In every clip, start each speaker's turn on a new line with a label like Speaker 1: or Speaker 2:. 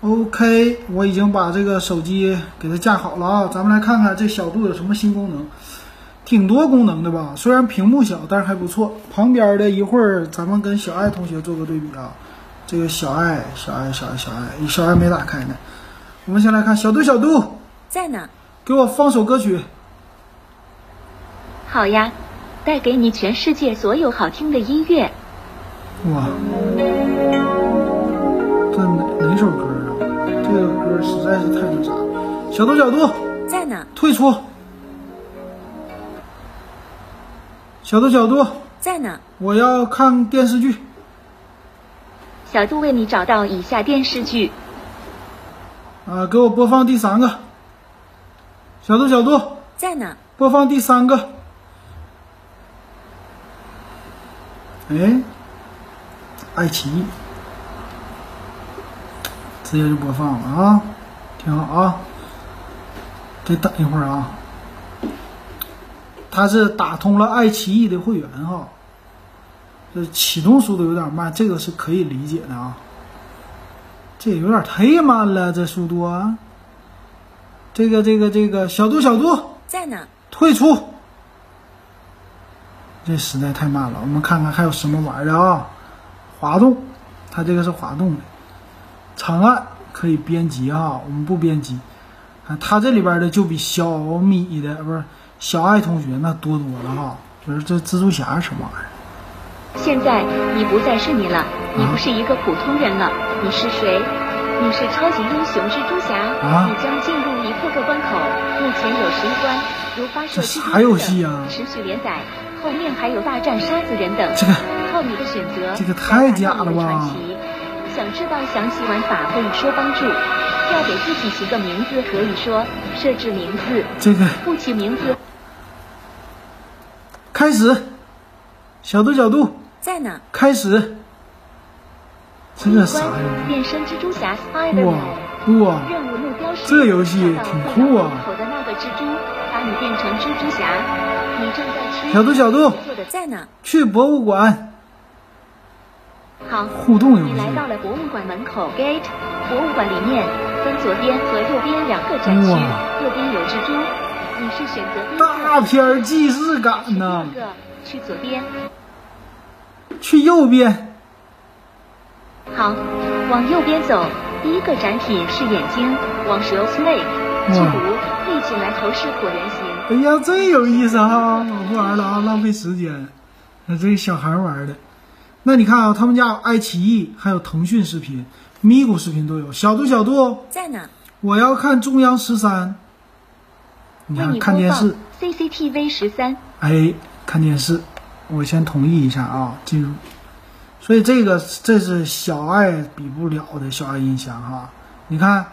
Speaker 1: OK，我已经把这个手机给它架好了啊，咱们来看看这小度有什么新功能，挺多功能的吧？虽然屏幕小，但是还不错。旁边的一会儿咱们跟小爱同学做个对比啊，这个小爱，小爱，小爱，小爱，小爱没打开呢。我们先来看小度，小度，
Speaker 2: 在呢。
Speaker 1: 给我放首歌曲。
Speaker 2: 好呀，带给你全世界所有好听的音乐。
Speaker 1: 哇，这哪哪首歌啊？这首歌实在是太那啥了。小度，小度，
Speaker 2: 在呢，
Speaker 1: 退出。小度，小度，
Speaker 2: 在呢。
Speaker 1: 我要看电视剧。
Speaker 2: 小度为你找到以下电视剧：
Speaker 1: 啊，给我播放第三个。小度，小度，
Speaker 2: 在呢，
Speaker 1: 播放第三个。哎，爱奇艺，直接就播放了啊，挺好啊。得等一会儿啊，他是打通了爱奇艺的会员哈、这启动速度有点慢，这个是可以理解的啊。这有点忒慢了，这速度啊。这个这个这个，小度小度，
Speaker 2: 在呢，
Speaker 1: 退出。这实在太慢了，我们看看还有什么玩的啊？滑动，它这个是滑动的。长按可以编辑啊，我们不编辑。啊，它这里边的就比小米的不是小爱同学那多多了哈、就是这蜘蛛侠是什么玩意儿？
Speaker 2: 现在你不再是你了，你不是一个普通人了，你是谁？你是超级英雄蜘蛛侠，
Speaker 1: 啊
Speaker 2: 你将进入一个个关口，目前有十一关，如发射
Speaker 1: 这
Speaker 2: 蜘蛛
Speaker 1: 啥
Speaker 2: 丝
Speaker 1: 游戏
Speaker 2: 等
Speaker 1: 啊
Speaker 2: 持续连载，后面还有大战杀死人等。
Speaker 1: 这个
Speaker 2: 靠你的选择，
Speaker 1: 这个太假了吧
Speaker 2: 来打造你的传奇！想知道详细玩法可以说帮助，要给自己起个名字可以说设置名字，
Speaker 1: 这个
Speaker 2: 不起名字
Speaker 1: 开始，小度小度
Speaker 2: 在呢。
Speaker 1: 开始。这
Speaker 2: 第一
Speaker 1: 个
Speaker 2: 关
Speaker 1: 啥呀？
Speaker 2: 变身蜘蛛侠
Speaker 1: 哇
Speaker 2: Spider-Man。
Speaker 1: 哇！
Speaker 2: 任务目标是
Speaker 1: 这游戏挺酷啊
Speaker 2: 找到的那个蜘蛛，把你变成蜘蛛侠。你正在吃
Speaker 1: 小度小度，
Speaker 2: 做的在呢。
Speaker 1: 去博物馆
Speaker 2: 好，
Speaker 1: 互动游
Speaker 2: 你来到
Speaker 1: 戏。
Speaker 2: 了博物馆门口 gate。博物馆里面分左边和右边两个展区，
Speaker 1: 哇
Speaker 2: 右边有蜘蛛，你是选择第一
Speaker 1: 大
Speaker 2: 个
Speaker 1: 片儿既视
Speaker 2: 还是
Speaker 1: 感
Speaker 2: 第
Speaker 1: 呐、
Speaker 2: 二个？去左边。
Speaker 1: 去右边，
Speaker 2: 好，往右边走，第一个展品是眼睛，往蛇 snake
Speaker 1: 哇
Speaker 2: 巨毒立起来头是椭圆形。
Speaker 1: 哎呀，这有意思哈、我不玩了啊，浪费时间。那这小孩玩的，那你看啊，他们家有爱奇艺，还有腾讯视频、咪咕视频都有。小度小度，
Speaker 2: 在呢。
Speaker 1: 我要看中央十三。你
Speaker 2: 为
Speaker 1: 看
Speaker 2: 你
Speaker 1: 看
Speaker 2: 播
Speaker 1: 电
Speaker 2: 放
Speaker 1: 视，
Speaker 2: CCTV 十三。
Speaker 1: 哎，看电视，我先同意一下啊，进入。所以这个这是小爱比不了的小爱音箱哈、你看，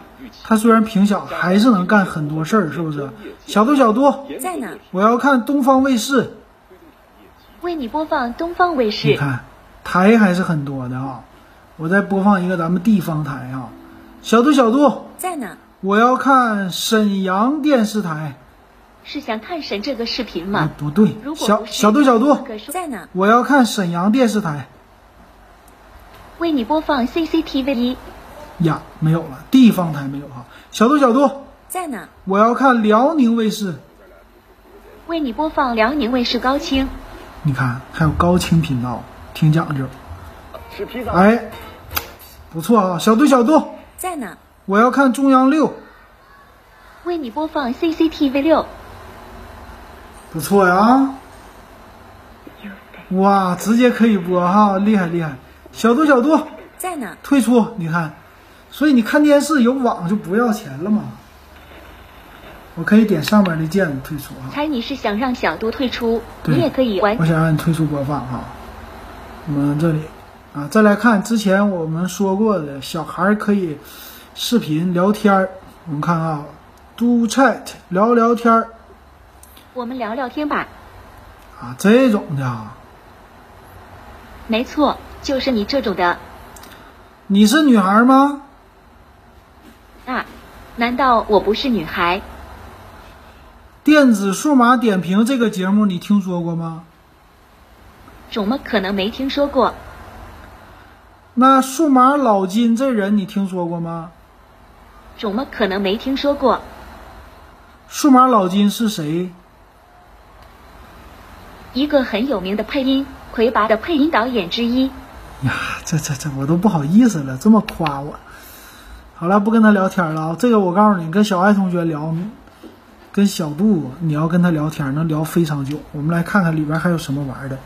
Speaker 1: 它虽然屏小，还是能干很多事儿，是不是？小度小度，
Speaker 2: 在呢，
Speaker 1: 我要看东方卫视。
Speaker 2: 为你播放东方卫
Speaker 1: 你
Speaker 2: 视。
Speaker 1: 看，台还是很多的啊。我再播放一个咱们地方台啊，小度小度，
Speaker 2: 在呢，
Speaker 1: 我要看沈阳电视台。
Speaker 2: 是想看神这个视频
Speaker 1: 哎
Speaker 2: 吗？
Speaker 1: 不对
Speaker 2: 如，果
Speaker 1: 小
Speaker 2: 不是
Speaker 1: 小度小度，
Speaker 2: 在呢，
Speaker 1: 我要看沈阳电视台。
Speaker 2: 为你播放 CCTV 一。
Speaker 1: 呀，没有了，地方台没有哈、小度小度，
Speaker 2: 在呢，
Speaker 1: 我要看辽宁卫视。
Speaker 2: 为你播放辽宁卫视高清。
Speaker 1: 你看，还有高清频道，挺讲究。
Speaker 3: 吃披萨。
Speaker 1: 哎，不错啊，小度小度，
Speaker 2: 在呢，
Speaker 1: 我要看中央六，
Speaker 2: 为你播放 CCTV 六。
Speaker 1: 不错呀、哇，直接可以播哈，厉害厉害！小度小度，
Speaker 2: 在呢，
Speaker 1: 退出，你看，所以你看电视有网就不要钱了嘛。我可以点上面的键退出啊，
Speaker 2: 猜你是想让小度退出，
Speaker 1: 对
Speaker 2: 你也可以玩
Speaker 1: 我。想让你退出播放哈。我们这里啊，再来看之前我们说过的，小孩儿可以视频聊天儿。我们看啊，Do Chat 聊聊天儿
Speaker 2: 我们聊聊天吧。
Speaker 1: 啊，这种的啊。
Speaker 2: 没错，就是你这种的
Speaker 1: 你是女孩吗？
Speaker 2: 啊。难道我不是女孩？
Speaker 1: 电子数码点评这个节目你听说过吗？
Speaker 2: 怎么可能没听说过？
Speaker 1: 那数码老金这人你听说过吗？
Speaker 2: 怎么可能没听说过？
Speaker 1: 数码老金是谁？
Speaker 2: 一个很有名的配音魁拔的配音导演之一。
Speaker 1: 呀， 这这这我都不好意思了，这么夸我。好了，不跟他聊天了啊。这个我告诉你，跟小爱同学聊，跟小杜，你要跟他聊天能聊非常久。我们来看看里边还有什么玩的。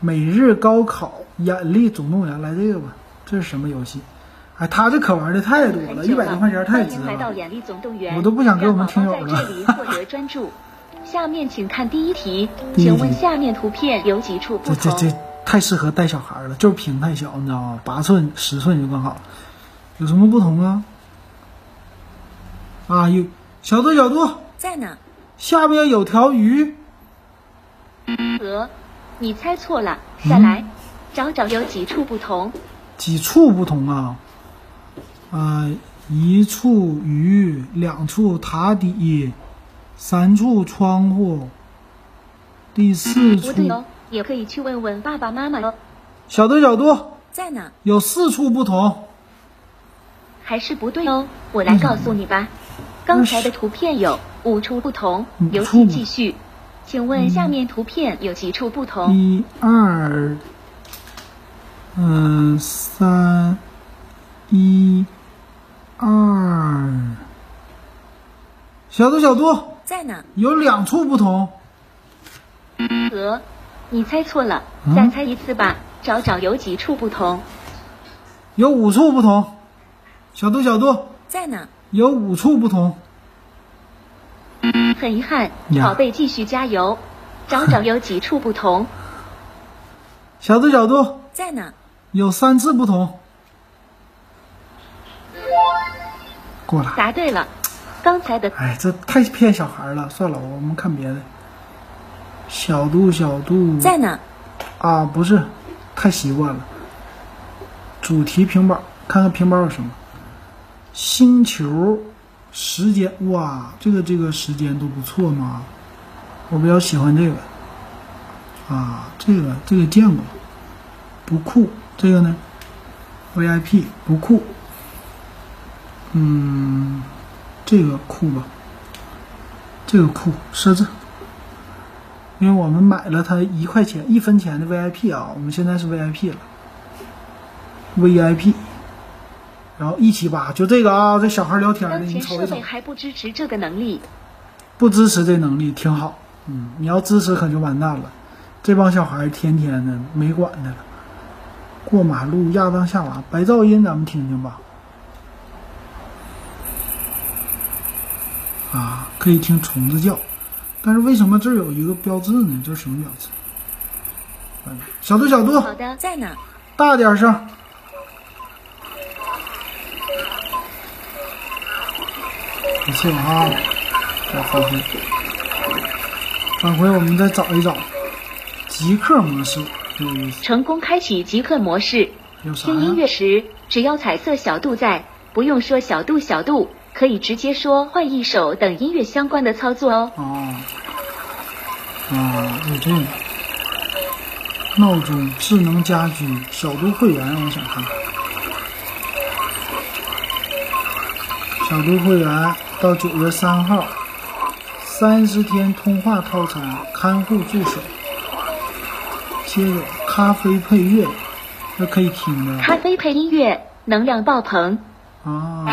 Speaker 1: 每日高考眼力总动员，来这个吧，这是什么游戏？哎，他这可玩的太多了，一百多块钱太
Speaker 2: 欢
Speaker 1: 值
Speaker 2: 迎来到
Speaker 1: 了。
Speaker 2: 眼力总动员，
Speaker 1: 我都不想给我们听友
Speaker 2: 让宝宝在这里
Speaker 1: 了
Speaker 2: 获得专注。下面请看第一题，
Speaker 1: 第一
Speaker 2: 请问
Speaker 1: 题
Speaker 2: 下面图片有几处
Speaker 1: 这
Speaker 2: 不
Speaker 1: 这这
Speaker 2: 同？
Speaker 1: 太适合带小孩了，就是屏太小，你知道吗？八寸、十寸就更好了。有什么不同啊？啊，有小度小度，
Speaker 2: 在哪？
Speaker 1: 下边有条鱼，嗯
Speaker 2: 鹅，你猜错了，下来，找找有几处不同。
Speaker 1: 几处不同啊？啊，一处鱼，两处塔底，三处窗户，第四
Speaker 2: 不对
Speaker 1: 处
Speaker 2: 哦，也可以去问问爸爸妈妈哦。
Speaker 1: 小度小度
Speaker 2: 在哪？
Speaker 1: 有四处不同。
Speaker 2: 还是不对哦，我来告诉你吧。刚才的图片有五处不同
Speaker 1: 五，
Speaker 2: 游
Speaker 1: 处
Speaker 2: 戏
Speaker 1: 吗
Speaker 2: 继续。请问下面图片有几处不同？
Speaker 1: 一二，嗯、三，一，二，小度小度
Speaker 2: 在哪？
Speaker 1: 有两处不同，
Speaker 2: 鹅，你猜错了，
Speaker 1: 嗯
Speaker 2: 再猜一次吧，找找有几处不同。
Speaker 1: 有五处不同，小度小度
Speaker 2: 在哪？
Speaker 1: 有五处不同，
Speaker 2: 很遗憾，
Speaker 1: 呀
Speaker 2: 宝贝，继续加油，找找有几处不同。
Speaker 1: 小度小度
Speaker 2: 在哪？
Speaker 1: 有三次不同。过来，
Speaker 2: 答对了，刚才的
Speaker 1: 哎，这太骗小孩了，算了，我们看别的。小度小度
Speaker 2: 哪？
Speaker 1: 啊，不是，太习惯了。主题屏保，看看屏保有什么。星球时间，哇，这个这个时间都不错嘛，我比较喜欢这个。啊，这个这个见过，不酷。这个呢，VIP 不酷。嗯，这个酷吧，这个酷设置。因为我们买了它一块钱一分钱的 VIP 啊，我们现在是 VIP 了，VIP，然后一七八，就这个啊，这小孩聊天呢，
Speaker 2: 当
Speaker 1: 你
Speaker 2: 前
Speaker 1: 瞅一
Speaker 2: 设
Speaker 1: 瞅
Speaker 2: 备，还不支持这个能力。
Speaker 1: 不支持这能力挺好，嗯，你要支持可就完蛋了，这帮小孩天天的没管他了，过马路亚当夏娃，白噪音咱们听听吧，啊，可以听虫子叫，但是为什么这儿有一个标志呢？这是什么标志？哎小度小度，
Speaker 2: 好的，在哪？
Speaker 1: 大点声。不错啊，我后悔。返回我们再找一找极客模式，有意思，
Speaker 2: 成功开启极客模式。
Speaker 1: 有啥
Speaker 2: 听音
Speaker 1: 呀？
Speaker 2: 乐时，只要彩色小度在，不用说小度小度，可以直接说换一首等音乐相关的操作哦。
Speaker 1: 哦，啊，有这个闹钟、智能家居、小度会员，我想看看。小度会员到九月三号，三十天通话套餐，看护助手。接着咖啡配乐，那可以听的
Speaker 2: 咖啡配音乐，能量爆棚。
Speaker 1: 啊，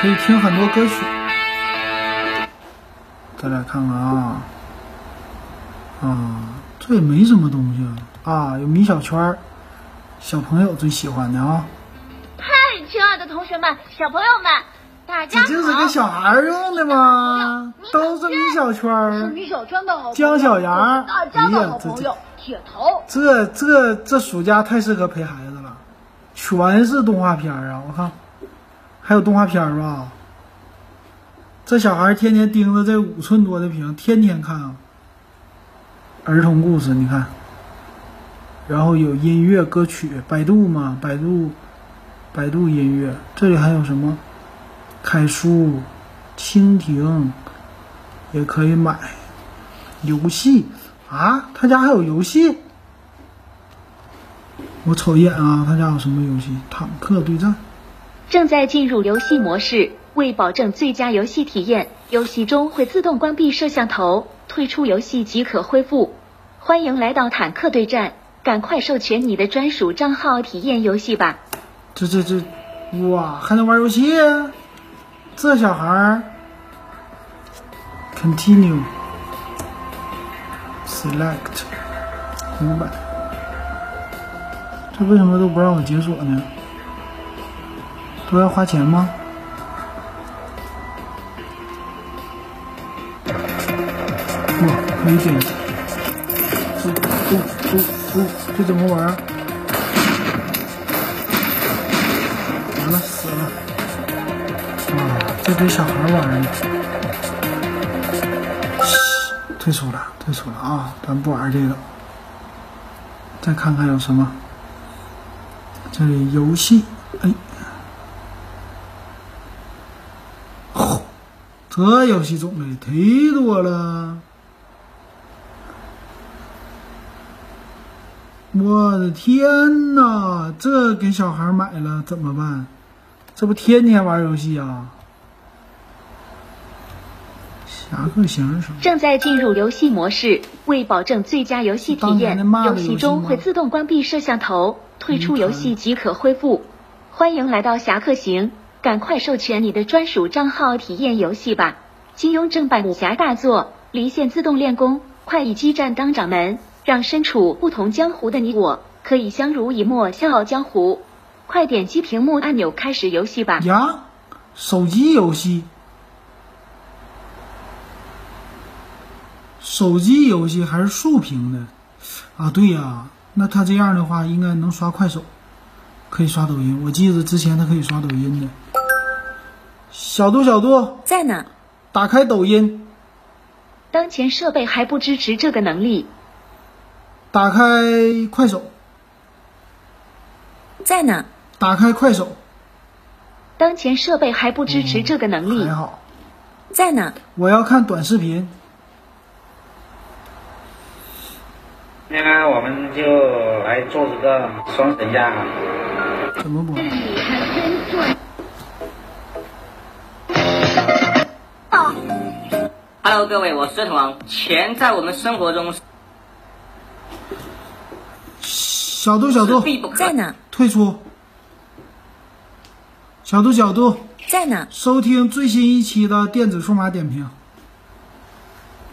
Speaker 1: 可以听很多歌曲。再来看看啊，啊，这也没什么东西啊，啊，有米小圈儿，小朋友最喜欢的啊，
Speaker 4: 嗨，亲爱的同学们、小朋友们，大
Speaker 1: 这
Speaker 4: 家
Speaker 1: 就是给
Speaker 4: 好！
Speaker 1: 小孩儿用的嘛，都是米小圈
Speaker 4: 是
Speaker 1: 儿。
Speaker 4: 米小圈的好朋友
Speaker 1: 姜小牙
Speaker 4: 我是大家
Speaker 1: 哎
Speaker 4: 的
Speaker 1: 呀
Speaker 4: 好
Speaker 1: 这
Speaker 4: 朋
Speaker 1: 这
Speaker 4: 友铁头。
Speaker 1: 这这这暑假太适合陪孩子了，全是动画片儿啊！我看还有动画片儿吧。这小孩儿天天盯着这五寸多的屏，天天看啊。儿童故事，你看，然后有音乐歌曲，百度嘛，百度，百度音乐，这里还有什么？凯叔、蜻蜓，也可以买。游戏啊，他家还有游戏？我瞅一眼啊，他家有什么游戏？坦克对战，
Speaker 2: 正在进入游戏模式。为保证最佳游戏体验，游戏中会自动关闭摄像头，退出游戏即可恢复。欢迎来到坦克对战，赶快授权你的专属账号体验游戏吧！
Speaker 1: 这这这，哇，还能玩游戏？这小孩儿，continue select 五百，这为什么都不让我解锁呢？都要花钱吗？哇，可以点击，不不不不，这怎么玩啊？完了，死了！啊，这给小孩玩呢。嘘退出了，退出了啊！咱不玩这个。再看看有什么。这里游戏，哎，吼这游戏种类忒多了。我的天呐，这给小孩买了怎么办？这不天天玩游戏啊？侠客行是什么？
Speaker 2: 正在进入游戏模式。为保证最佳游戏体
Speaker 1: 当年
Speaker 2: 验
Speaker 1: 的骂，的
Speaker 2: 游
Speaker 1: 游戏吗
Speaker 2: 戏中会自动关闭摄像头，退出游戏即可恢复。欢迎来到侠客行，赶快授权你的专属账号体验游戏吧！金庸正版武侠大作，离线自动练功，快意激战当掌门，让身处不同江湖的你我可以相濡以沫，笑傲江湖。快点击屏幕按钮开始游戏吧！
Speaker 1: 呀，手机游戏，手机游戏还是竖屏的啊？对呀、那他这样的话，应该能刷快手，可以刷抖音。我记得之前他可以刷抖音的。小度，小度，
Speaker 2: 在呢。
Speaker 1: 打开抖音，
Speaker 2: 当前设备还不支持这个能力，
Speaker 1: 打开快手，
Speaker 2: 在呢。
Speaker 1: 打开快手，
Speaker 2: 当前设备还不支持这个能力
Speaker 1: 还，嗯好。
Speaker 2: 在呢。
Speaker 1: 我要看短视频，
Speaker 5: 今天呢，我们就来做一个双神鸭。
Speaker 1: 怎么播？
Speaker 6: Hello，各位，我是童王。钱在我们生活中是
Speaker 1: 小度，小度，
Speaker 6: 必不可
Speaker 7: 在呢，
Speaker 1: 退出。小度，小度。
Speaker 7: 在呢，
Speaker 1: 收听最新一期的电子数码点评。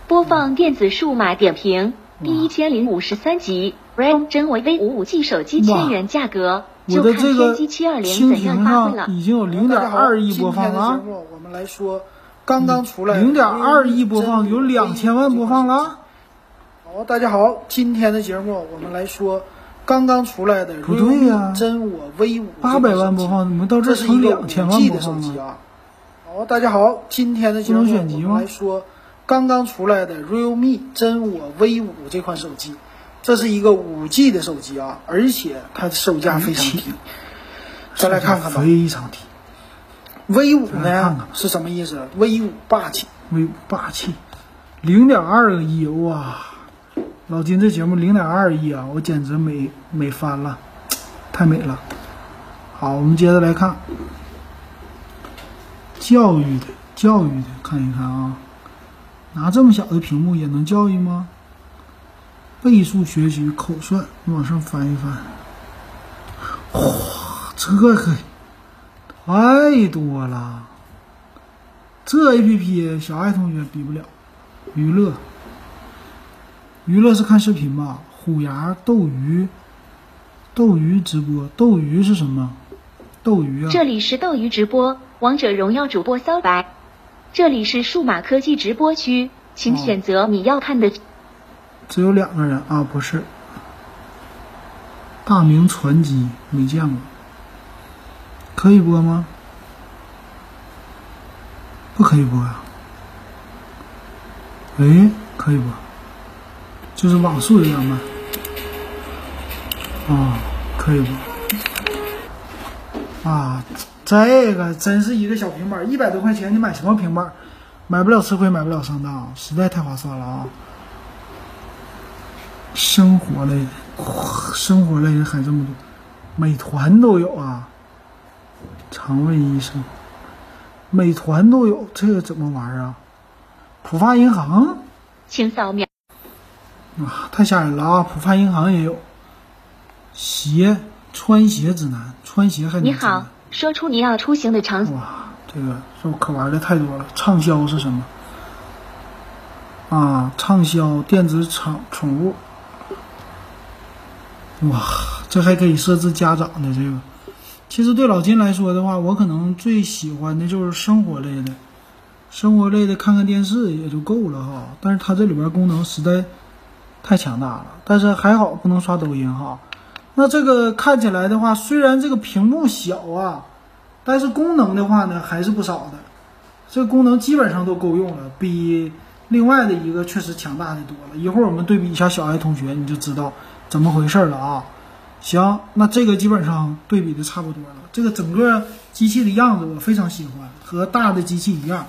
Speaker 2: 播放电子数码点评第一千零五十三集 r a m 真维 V 五五 G 手机千元价格，
Speaker 1: 我
Speaker 2: 就
Speaker 1: 的
Speaker 2: 看
Speaker 1: 这
Speaker 2: 天
Speaker 1: 个
Speaker 2: 玑七二零
Speaker 1: 蜻
Speaker 2: 怎样
Speaker 1: 蜓
Speaker 2: 发挥了
Speaker 1: 上。已经有零点二亿播放了
Speaker 8: 今
Speaker 1: 啊
Speaker 8: 天的
Speaker 1: 嗯
Speaker 8: 节，目我们来说刚刚出来的嗯
Speaker 1: 零点二亿播放，有两千万播放了。啊。
Speaker 8: 好，大家好，今天的节目我们来说刚刚出来的
Speaker 1: 不对呀
Speaker 8: realme 真我 V 五
Speaker 1: 八百万播放，怎么到
Speaker 8: 这
Speaker 1: 儿
Speaker 8: 是
Speaker 1: 成
Speaker 8: 一个
Speaker 1: 两
Speaker 8: 五
Speaker 1: 千万
Speaker 8: G
Speaker 1: 播
Speaker 8: 的手
Speaker 1: 放
Speaker 8: 机
Speaker 1: 了？
Speaker 8: 啊。好，大家好，今天的节
Speaker 1: 不
Speaker 8: 目我
Speaker 1: 能选集吗
Speaker 8: 们来说刚刚出来的 realme 真我 V 五这款手机，这是一个五 G 的手机啊，而且它的售价非常
Speaker 1: 哎
Speaker 8: 低。再来看看吧
Speaker 1: 非常低
Speaker 8: ，V 五
Speaker 1: 来看看吧
Speaker 8: 呢是什么意思？V 五霸气。
Speaker 1: ，V 霸气，零点二个亿哇！老金这节目零点二亿啊，我简直美美翻了，太美了。好，我们接着来看教育的教育的，看一看啊，拿这么小的屏幕也能教育吗？倍速学习口算，往上翻一翻，哇，这可太多了。这 A P P 小爱同学比不了，娱乐。娱乐是看视频吧？虎牙、斗鱼、斗鱼直播，斗鱼是什么？斗鱼啊，
Speaker 2: 这里是斗鱼直播，王者荣耀主播骚白。这里是数码科技直播区，请
Speaker 1: 哦
Speaker 2: 选择你要看的。
Speaker 1: 只有两个人啊，不是。大明传奇没见过，可以播吗？不可以播啊。诶，可以播，就是网速有点慢。啊、可以播。啊，这个真是一个小平板，一百多块钱你买什么平板？买不了吃亏，买不了上当，实在太划算了啊！生活类的，哇生活类的还这么多，美团都有啊，长
Speaker 8: 唐卫医生，美团都有，这个怎么玩啊？浦发银行
Speaker 2: 请扫描
Speaker 8: 啊，太吓人了啊！浦发银行也有鞋，穿鞋指南，穿鞋
Speaker 1: 嗯
Speaker 8: 还能
Speaker 2: 你
Speaker 8: 指南
Speaker 2: 好，说出你要出行的场所。
Speaker 8: 哇，这个这我可玩的太多了。畅销是什么？啊，畅销电子宠宠物。哇，这还可以设置家长的这个。其实对老金来说的话，我可能最喜欢的就是生活类的，生活类的看看电视也就够了哈。但是它这里边功能实在太强大了，但是还好不能刷抖音哈。那这个看起来的话，虽然这个屏幕小啊，但是功能的话呢，还是不少的。这个功能基本上都够用了，比另外的一个确实强大的多了。一会儿我们对比一下小爱同学，你就知道怎么回事了啊。行，那这个基本上对比的差不多了。这个整个机器的样子我非常喜欢，和大的机器一样，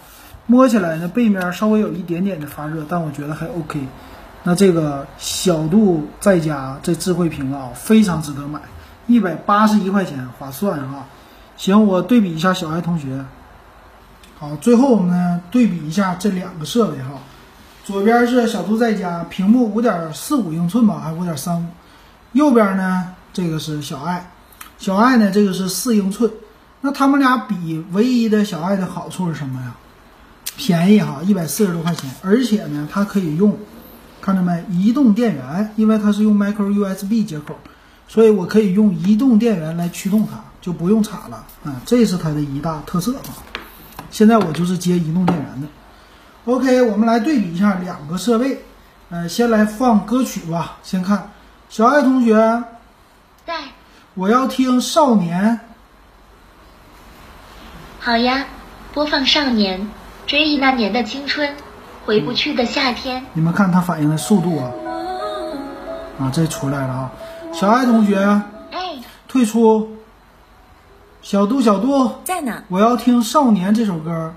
Speaker 8: 摸起来呢背面稍微有一点点的发热，但我觉得还 OK。那这个小度再加这智慧屏啊，非常值得买，一百八十一块钱划算啊。行，我对比一下小爱同学。好，最后我们呢对比一下这两个设备哈，左边是小度在家，屏幕五点四五英寸吧，还五点三五，右边呢这个是小爱，小爱呢这个是四英寸，那他们俩比，唯一的小爱的好处是什么呀？便宜哈，一百四十多块钱，而且呢它可以用，看到没，移动电源，因为它是用 micro USB 接口，所以我可以用移动电源来驱动它，就不用插了啊、这是它的一大特色啊。现在我就是接移动电源的。OK，我们来对比一下两个设备，呃，先来放歌曲吧，先看小爱同学，
Speaker 3: 在，
Speaker 8: 我要听《少年
Speaker 3: 好呀，播放《少年》，追忆那年的青春，回不去的夏天。》，
Speaker 8: 你们看它反应的速度啊，啊，这出来了啊，小爱同学
Speaker 3: 哎，
Speaker 8: 退出，小度小度，
Speaker 9: 在呢，
Speaker 8: 我要听《少年》这首歌，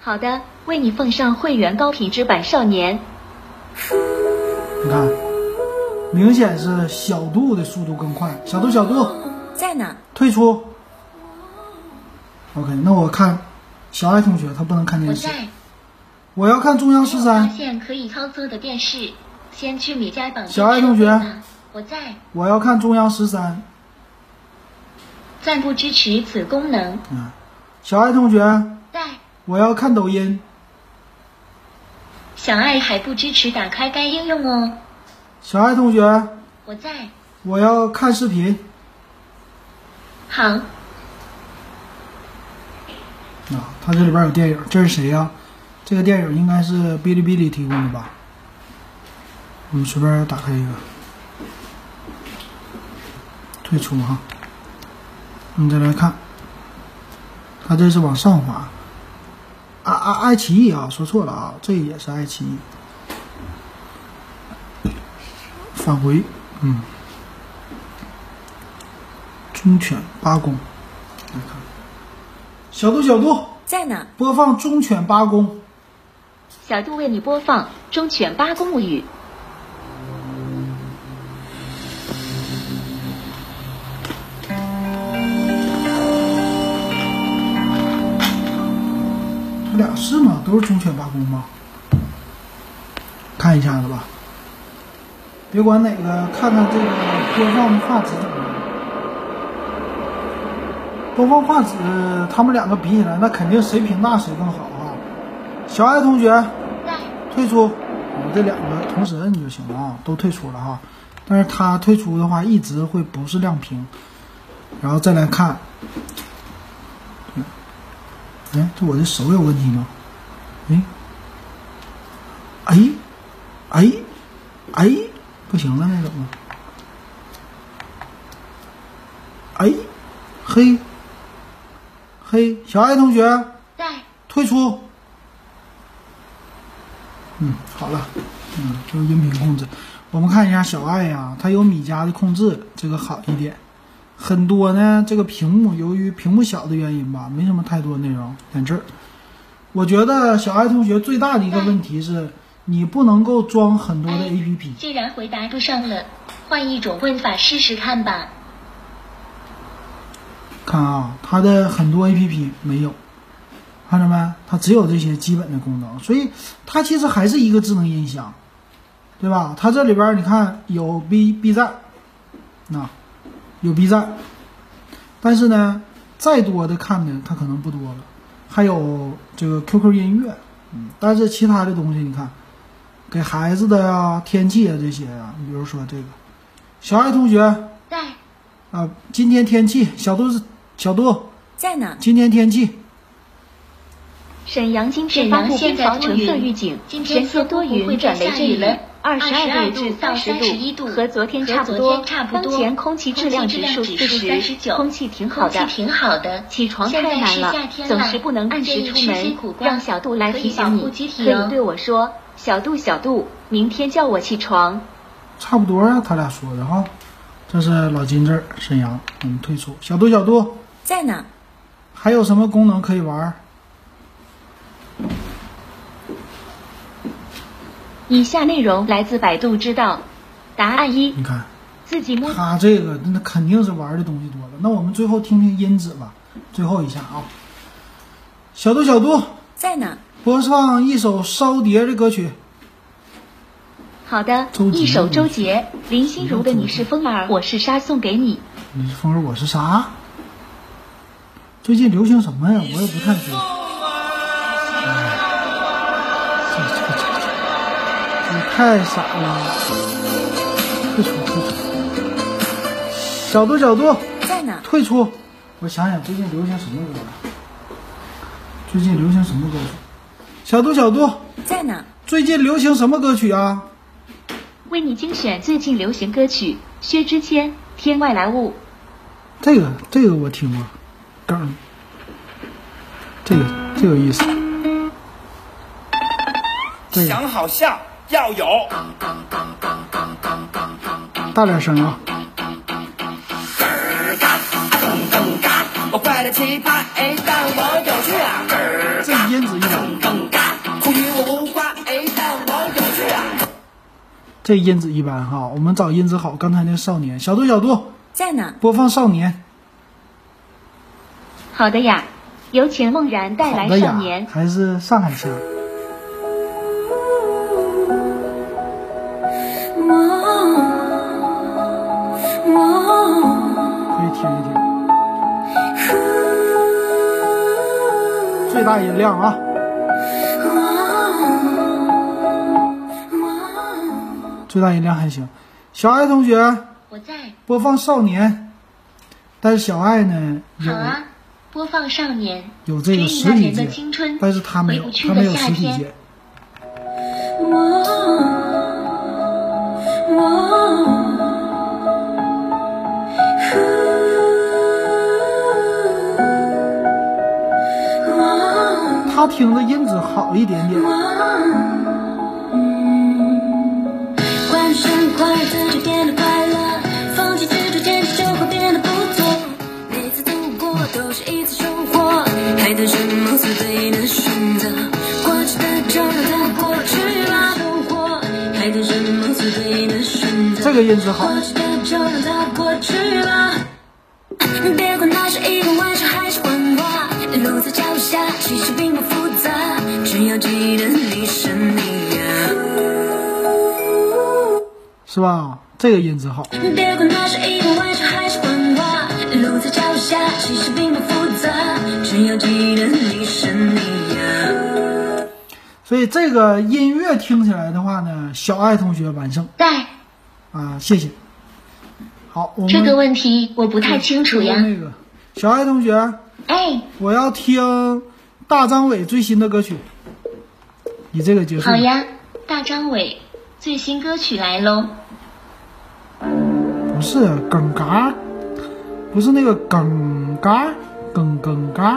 Speaker 2: 好的，为你奉上会员高品质版少年。
Speaker 8: 你看，明显是小度的速度更快，小度小度。
Speaker 9: 在呢，
Speaker 8: 退出。OK，那我看小爱同学他不能看
Speaker 3: 我
Speaker 8: 电视，
Speaker 3: 在。
Speaker 8: 我要看中央
Speaker 3: 没
Speaker 8: 十
Speaker 3: 有发
Speaker 8: 三，
Speaker 3: 现可以操作的电视，先去米家榜。
Speaker 8: 小爱同学，
Speaker 3: 我在，
Speaker 8: 我要看中央十三。
Speaker 3: 暂不支持此功能。
Speaker 8: 小爱同学，
Speaker 3: 在，
Speaker 8: 我要看抖音。
Speaker 3: 小爱还不支持打开该应用哦。
Speaker 8: 小爱同学，
Speaker 3: 我在，
Speaker 8: 我要看视频。
Speaker 3: 好，
Speaker 8: 啊，它这里边有电影，这是谁呀、这个电影应该是哔哩哔哩提供的吧？我们随便打开一个，退出哈。我们再来看，它这是往上滑。啊啊，爱奇艺啊，说错了啊，这也是爱奇艺。返回，嗯，忠犬八公，来看，小度小度。
Speaker 9: 在呢，
Speaker 8: 播放《忠犬八公》。
Speaker 2: 小度为你播放《忠犬八公物语》。
Speaker 8: 这俩是吗？都是忠犬八公吗？看一下子吧，别管哪个，看看这个播放的画质怎么样。播放画质，他们两个比起来，那肯定谁屏大谁更好啊！小爱同学，退出，我这两个同时摁就行了啊，都退出了哈。但是他退出的话，一直会不是亮屏，然后再来看。嗯哎，这我的手有问题吗？哎，哎，哎，哎，不行了，那怎么？哎，嘿，嘿，小爱同学
Speaker 3: 在，
Speaker 8: 退出。嗯，好了，嗯，就是音频控制。我们看一下小爱呀、它有米家的控制，这个好一点。很多呢，这个屏幕由于屏幕小的原因吧，没什么太多内容。看这儿，我觉得小爱同学最大的一个问题是，你不能够装很多的 APP。
Speaker 3: 既然回答不上了，换一种问法试试看吧。
Speaker 8: 看啊，它的很多 APP 没有，看着没？它只有这些基本的功能，所以它其实还是一个智能音箱，对吧？它这里边儿你看有 B B 站，啊，有 B 站，但是呢，再多的看的它可能不多了，还有这个 QQ 音乐，嗯，但是其他的东西你看，给孩子的呀、天气啊这些啊，你比如说这个，小爱同学。
Speaker 3: 在
Speaker 8: 啊，今天天气，小度是小度，
Speaker 9: 在呢。
Speaker 8: 今天天气
Speaker 2: 沈阳今
Speaker 3: 沈
Speaker 2: 天发
Speaker 3: 阳
Speaker 2: 布
Speaker 3: 现在
Speaker 2: 冰雹
Speaker 3: 多
Speaker 2: 橙色
Speaker 3: 云
Speaker 2: 预警，
Speaker 3: 今
Speaker 2: 全
Speaker 3: 天
Speaker 2: 县
Speaker 3: 似
Speaker 2: 多
Speaker 3: 乎不
Speaker 2: 云
Speaker 3: 会
Speaker 2: 转
Speaker 3: 再
Speaker 2: 雷
Speaker 3: 下
Speaker 2: 阵
Speaker 3: 雨
Speaker 2: 雨
Speaker 3: 了，
Speaker 2: 二十二
Speaker 3: 22
Speaker 2: 度至
Speaker 3: 度到
Speaker 2: 十
Speaker 3: 31度
Speaker 2: 和昨天
Speaker 3: 和
Speaker 2: 差不
Speaker 3: 昨
Speaker 2: 多。
Speaker 3: 天差不
Speaker 2: 当
Speaker 3: 多
Speaker 2: 前空气质量
Speaker 3: 空气质
Speaker 2: 指
Speaker 3: 量
Speaker 2: 数
Speaker 3: 指
Speaker 2: 四
Speaker 3: 数
Speaker 2: 十，
Speaker 3: 39
Speaker 2: 空气挺好
Speaker 3: 空气
Speaker 2: 的。
Speaker 3: 挺好的。
Speaker 2: 起床
Speaker 3: 现
Speaker 2: 太
Speaker 3: 在
Speaker 2: 难
Speaker 3: 是
Speaker 2: 了
Speaker 3: 夏，天
Speaker 2: 总
Speaker 3: 了
Speaker 2: 是不能按时
Speaker 3: 建议
Speaker 2: 出
Speaker 3: 吃些
Speaker 2: 门
Speaker 3: 苦，瓜
Speaker 2: 让小度来
Speaker 3: 可以
Speaker 2: 提
Speaker 3: 保
Speaker 2: 醒你。
Speaker 3: 护机体
Speaker 2: 可以
Speaker 3: 哦
Speaker 2: 对我说：“小度，小度，明天叫我起床。
Speaker 8: 差不多啊，他俩说的哈。这是老金这儿，沈阳，我们退出。小度，小度，
Speaker 9: 在呢，
Speaker 8: 还有什么功能可以玩儿？”
Speaker 2: 以下内容来自百度知道，答案一：
Speaker 8: 你看
Speaker 2: 自己摸
Speaker 8: 他这个，那肯定是玩的东西多了。那我们最后听听音质吧，最后一下啊。小度，小度，
Speaker 9: 在呢，
Speaker 8: 播放一首烧碟的歌曲。
Speaker 2: 好的
Speaker 8: 周，杰
Speaker 2: 一首
Speaker 8: 伦
Speaker 2: 周杰、林心如的《你是风
Speaker 8: 嗯
Speaker 2: 儿，我是沙》送给你。
Speaker 8: 你是风儿，我是啥？最近流行什么呀？我也不太知道。哎这这这这你太傻了！退出退出，小度小度
Speaker 9: 在呢，
Speaker 8: 退出。我想想，最近流行什么歌了？最近流行什么歌曲？小度小度，
Speaker 9: 在呢，
Speaker 8: 最近流行什么歌曲啊？
Speaker 2: 为你精选最近流行歌曲，薛之谦《天外来物》。
Speaker 8: 这个这个我听过，梗，这个这有意思。这个
Speaker 6: 想好笑要有，
Speaker 8: 大点声啊！
Speaker 6: 我快乐奇葩，哎，但我有趣啊，
Speaker 8: 这音质一般，
Speaker 6: 苦与我无关，哎，但我有趣啊。
Speaker 8: 这音质一般哈。我们找音质好，刚才那少年小度小度
Speaker 9: 在呢，
Speaker 8: 播放少年，
Speaker 2: 好的呀，有请梦然带
Speaker 8: 好
Speaker 2: 来
Speaker 8: 的
Speaker 2: 少
Speaker 8: 呀
Speaker 2: 年，。
Speaker 8: 还是上海腔。可以听一听，最大音量啊！最大音量还行。小爱同学，
Speaker 3: 我在。
Speaker 8: 播放少年，但是小爱呢有、
Speaker 3: 好啊，播放少年。
Speaker 8: 有这个实
Speaker 3: 追忆那
Speaker 8: 体
Speaker 3: 年的
Speaker 8: 键
Speaker 3: 青春，
Speaker 8: 但是他没有
Speaker 3: 回不，去
Speaker 8: 他没
Speaker 3: 的
Speaker 8: 有
Speaker 3: 夏
Speaker 8: 实体
Speaker 3: 天。
Speaker 8: 键。
Speaker 10: 어. 어.
Speaker 8: 他听着音质好一点点，
Speaker 10: 快乐生活，快乐自己变得快乐，放弃执着，天气就会变得不错。每次度过都是一次收获，还等什么？所对的选择，过去的就让它过去了。生活，还等什么？所对的选择，
Speaker 8: 这个音质好
Speaker 10: 过。去的就让它过去了。别管那是一个玩笑还是谎话，路在脚下，其实并不复杂，只要记得你是你呀、
Speaker 8: 是吧？这个音质好。
Speaker 10: 别管它是一个玩笑还是谎话，路在脚下，其实并不复杂，只要记得你是你呀。
Speaker 8: 所以这个音乐听起来的话呢，小爱同学完胜
Speaker 3: 在
Speaker 8: 啊，谢谢。好，我们
Speaker 3: 这个问题我不太清楚呀。
Speaker 8: 那个小爱同学，
Speaker 3: 哎，
Speaker 8: 我要听大张伟最新的歌曲，以这个结束
Speaker 3: 好。呀，大张伟最新歌曲来喽。
Speaker 8: 不是梗嘎，不是那个梗嘎，梗梗嘎，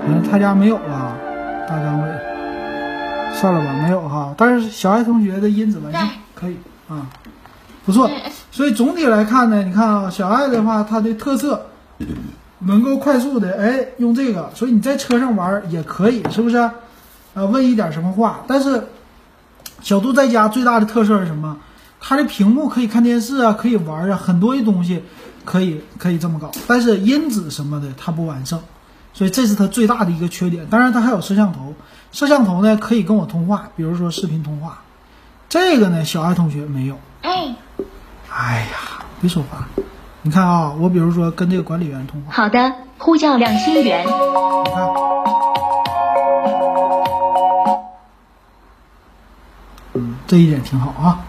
Speaker 8: 好像他家没有了，大张伟。算了吧，没有哈。但是小爱同学的音质完胜
Speaker 3: 对，
Speaker 8: 可以啊，不错。所以总体来看呢，你看啊，小爱的话，它的特色能够快速的哎用这个，所以你在车上玩儿也可以，是不是？呃，问一点什么话，但是小度在家最大的特色是什么？它的屏幕可以看电视啊，可以玩啊，很多的东西可以可以这么搞，但是音质什么的它不完善，所以这是它最大的一个缺点。当然，它还有摄像头，摄像头呢可以跟我通话，比如说视频通话，这个呢小爱同学没有。
Speaker 3: 哎，
Speaker 8: 哎呀，别说话，你看啊，我比如说跟这个管理员通话，
Speaker 2: 好的，呼叫亮心源。
Speaker 8: 你看，嗯，这一点挺好啊。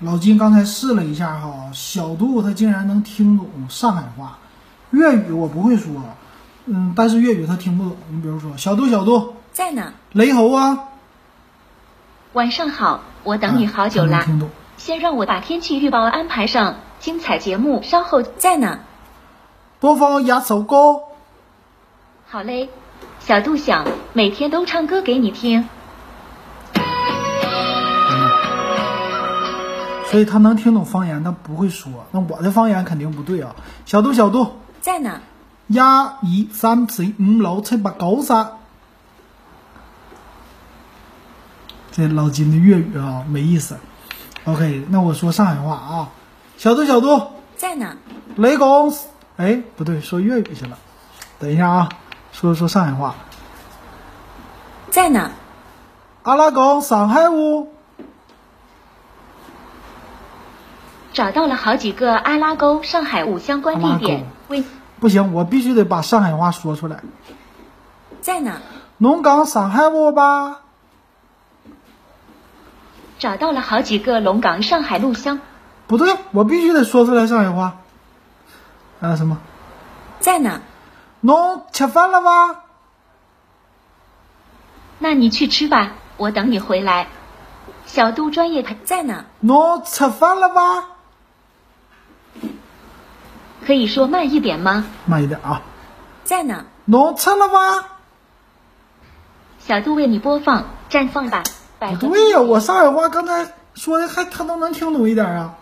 Speaker 8: 老金刚才试了一下哈，小度他竟然能听懂上海话，粤语我不会说，嗯，但是粤语他听不懂。你比如说，小度小度，
Speaker 2: 在呢。
Speaker 8: 雷猴啊，
Speaker 2: 晚上好，我等你啊好久
Speaker 8: 他能
Speaker 2: 啦。
Speaker 8: 听懂。
Speaker 2: 先让我把天气预报安排上，精彩节目稍后在呢。
Speaker 8: 播放一首歌，
Speaker 2: 好嘞，小度想每天都唱歌给你听。
Speaker 8: 所以他能听懂方言，但不会说。那我的方言肯定不对啊。小度小度，
Speaker 2: 在呢。
Speaker 8: 一、二、三、四、五、六、七、八、九、十。这老金的粤语啊，没意思。OK，那我说上海话啊，小度小度，
Speaker 2: 在呢。
Speaker 8: 雷公，哎，不对，说粤语去了。等一下啊，说说上海话，
Speaker 2: 在呢。
Speaker 8: 阿拉讲上海话，
Speaker 2: 找到了好几个阿拉沟上海五相关地
Speaker 8: 阿拉
Speaker 2: 点
Speaker 8: 沟。
Speaker 2: 喂，
Speaker 8: 不行，我必须得把上海话说出来。
Speaker 2: 在呢。
Speaker 8: 侬讲上海话吧。
Speaker 2: 找到了好几个龙岗上海路乡。
Speaker 8: 不对，我必须得说出来上海话。啊什么？
Speaker 2: 在呢。
Speaker 8: 侬吃饭了吗？
Speaker 2: 那你去吃吧，我等你回来。小度专业培在呢，
Speaker 8: 侬吃饭了吗？
Speaker 2: 可以说慢一点吗？
Speaker 8: 慢一点啊。
Speaker 2: 在呢。
Speaker 8: 侬吃了吗？
Speaker 2: 小度为你播放《绽放吧，百合》。
Speaker 8: 不对呀、我上海话刚才说的还他都能听懂一点啊。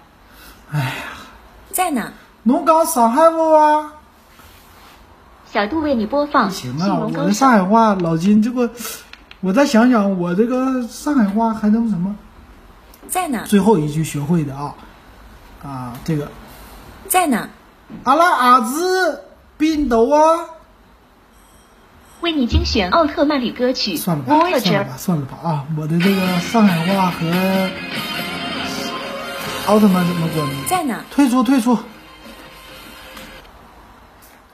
Speaker 2: 在呢。
Speaker 8: 侬讲上海话吗？
Speaker 2: 小度为你播放《
Speaker 8: 行
Speaker 2: 新
Speaker 8: 啊，我
Speaker 2: 龙高
Speaker 8: 的上海话老金这不，我再想想我这个上海话还能什么？
Speaker 2: 在呢，
Speaker 8: 最后一句学会的啊啊这个
Speaker 2: 在呢，
Speaker 8: 阿拉阿子冰豆啊。
Speaker 2: 为你精选奥特曼里歌曲《
Speaker 8: 算了吧，算
Speaker 2: Voyager
Speaker 8: 了》吧，算了吧啊！我的这个上海话和奥特曼怎么关系？
Speaker 2: 在呢，
Speaker 8: 退出，退出。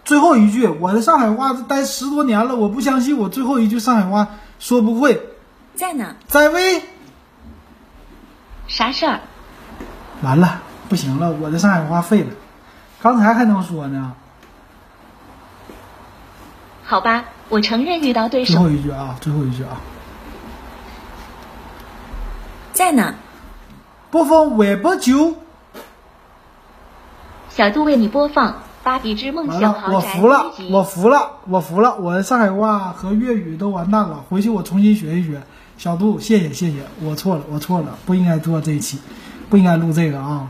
Speaker 8: 最后一句，我的上海话待十多年了，我不相信我最后一句上海话说不会。
Speaker 2: 在呢，
Speaker 8: 再位，
Speaker 2: 啥事儿？
Speaker 8: 完了，不行了，我的上海话废了。刚才还能说呢，
Speaker 2: 好吧，我承认遇到对
Speaker 8: 最
Speaker 2: 手
Speaker 8: 后一句啊，最后一句啊，
Speaker 2: 在呢。
Speaker 8: 播放微博酒。
Speaker 2: 小度为你播放《芭比之梦
Speaker 8: 完
Speaker 2: 想
Speaker 8: 了，
Speaker 2: 豪
Speaker 8: 我
Speaker 2: 宅
Speaker 8: 服》了
Speaker 2: 第一，集
Speaker 8: 我服了，我服了，我的上海话和粤语都完蛋了，回去我重新学一学。小杜，谢谢谢谢，我错了，我错了，不应该做这一期，不应该录这个啊，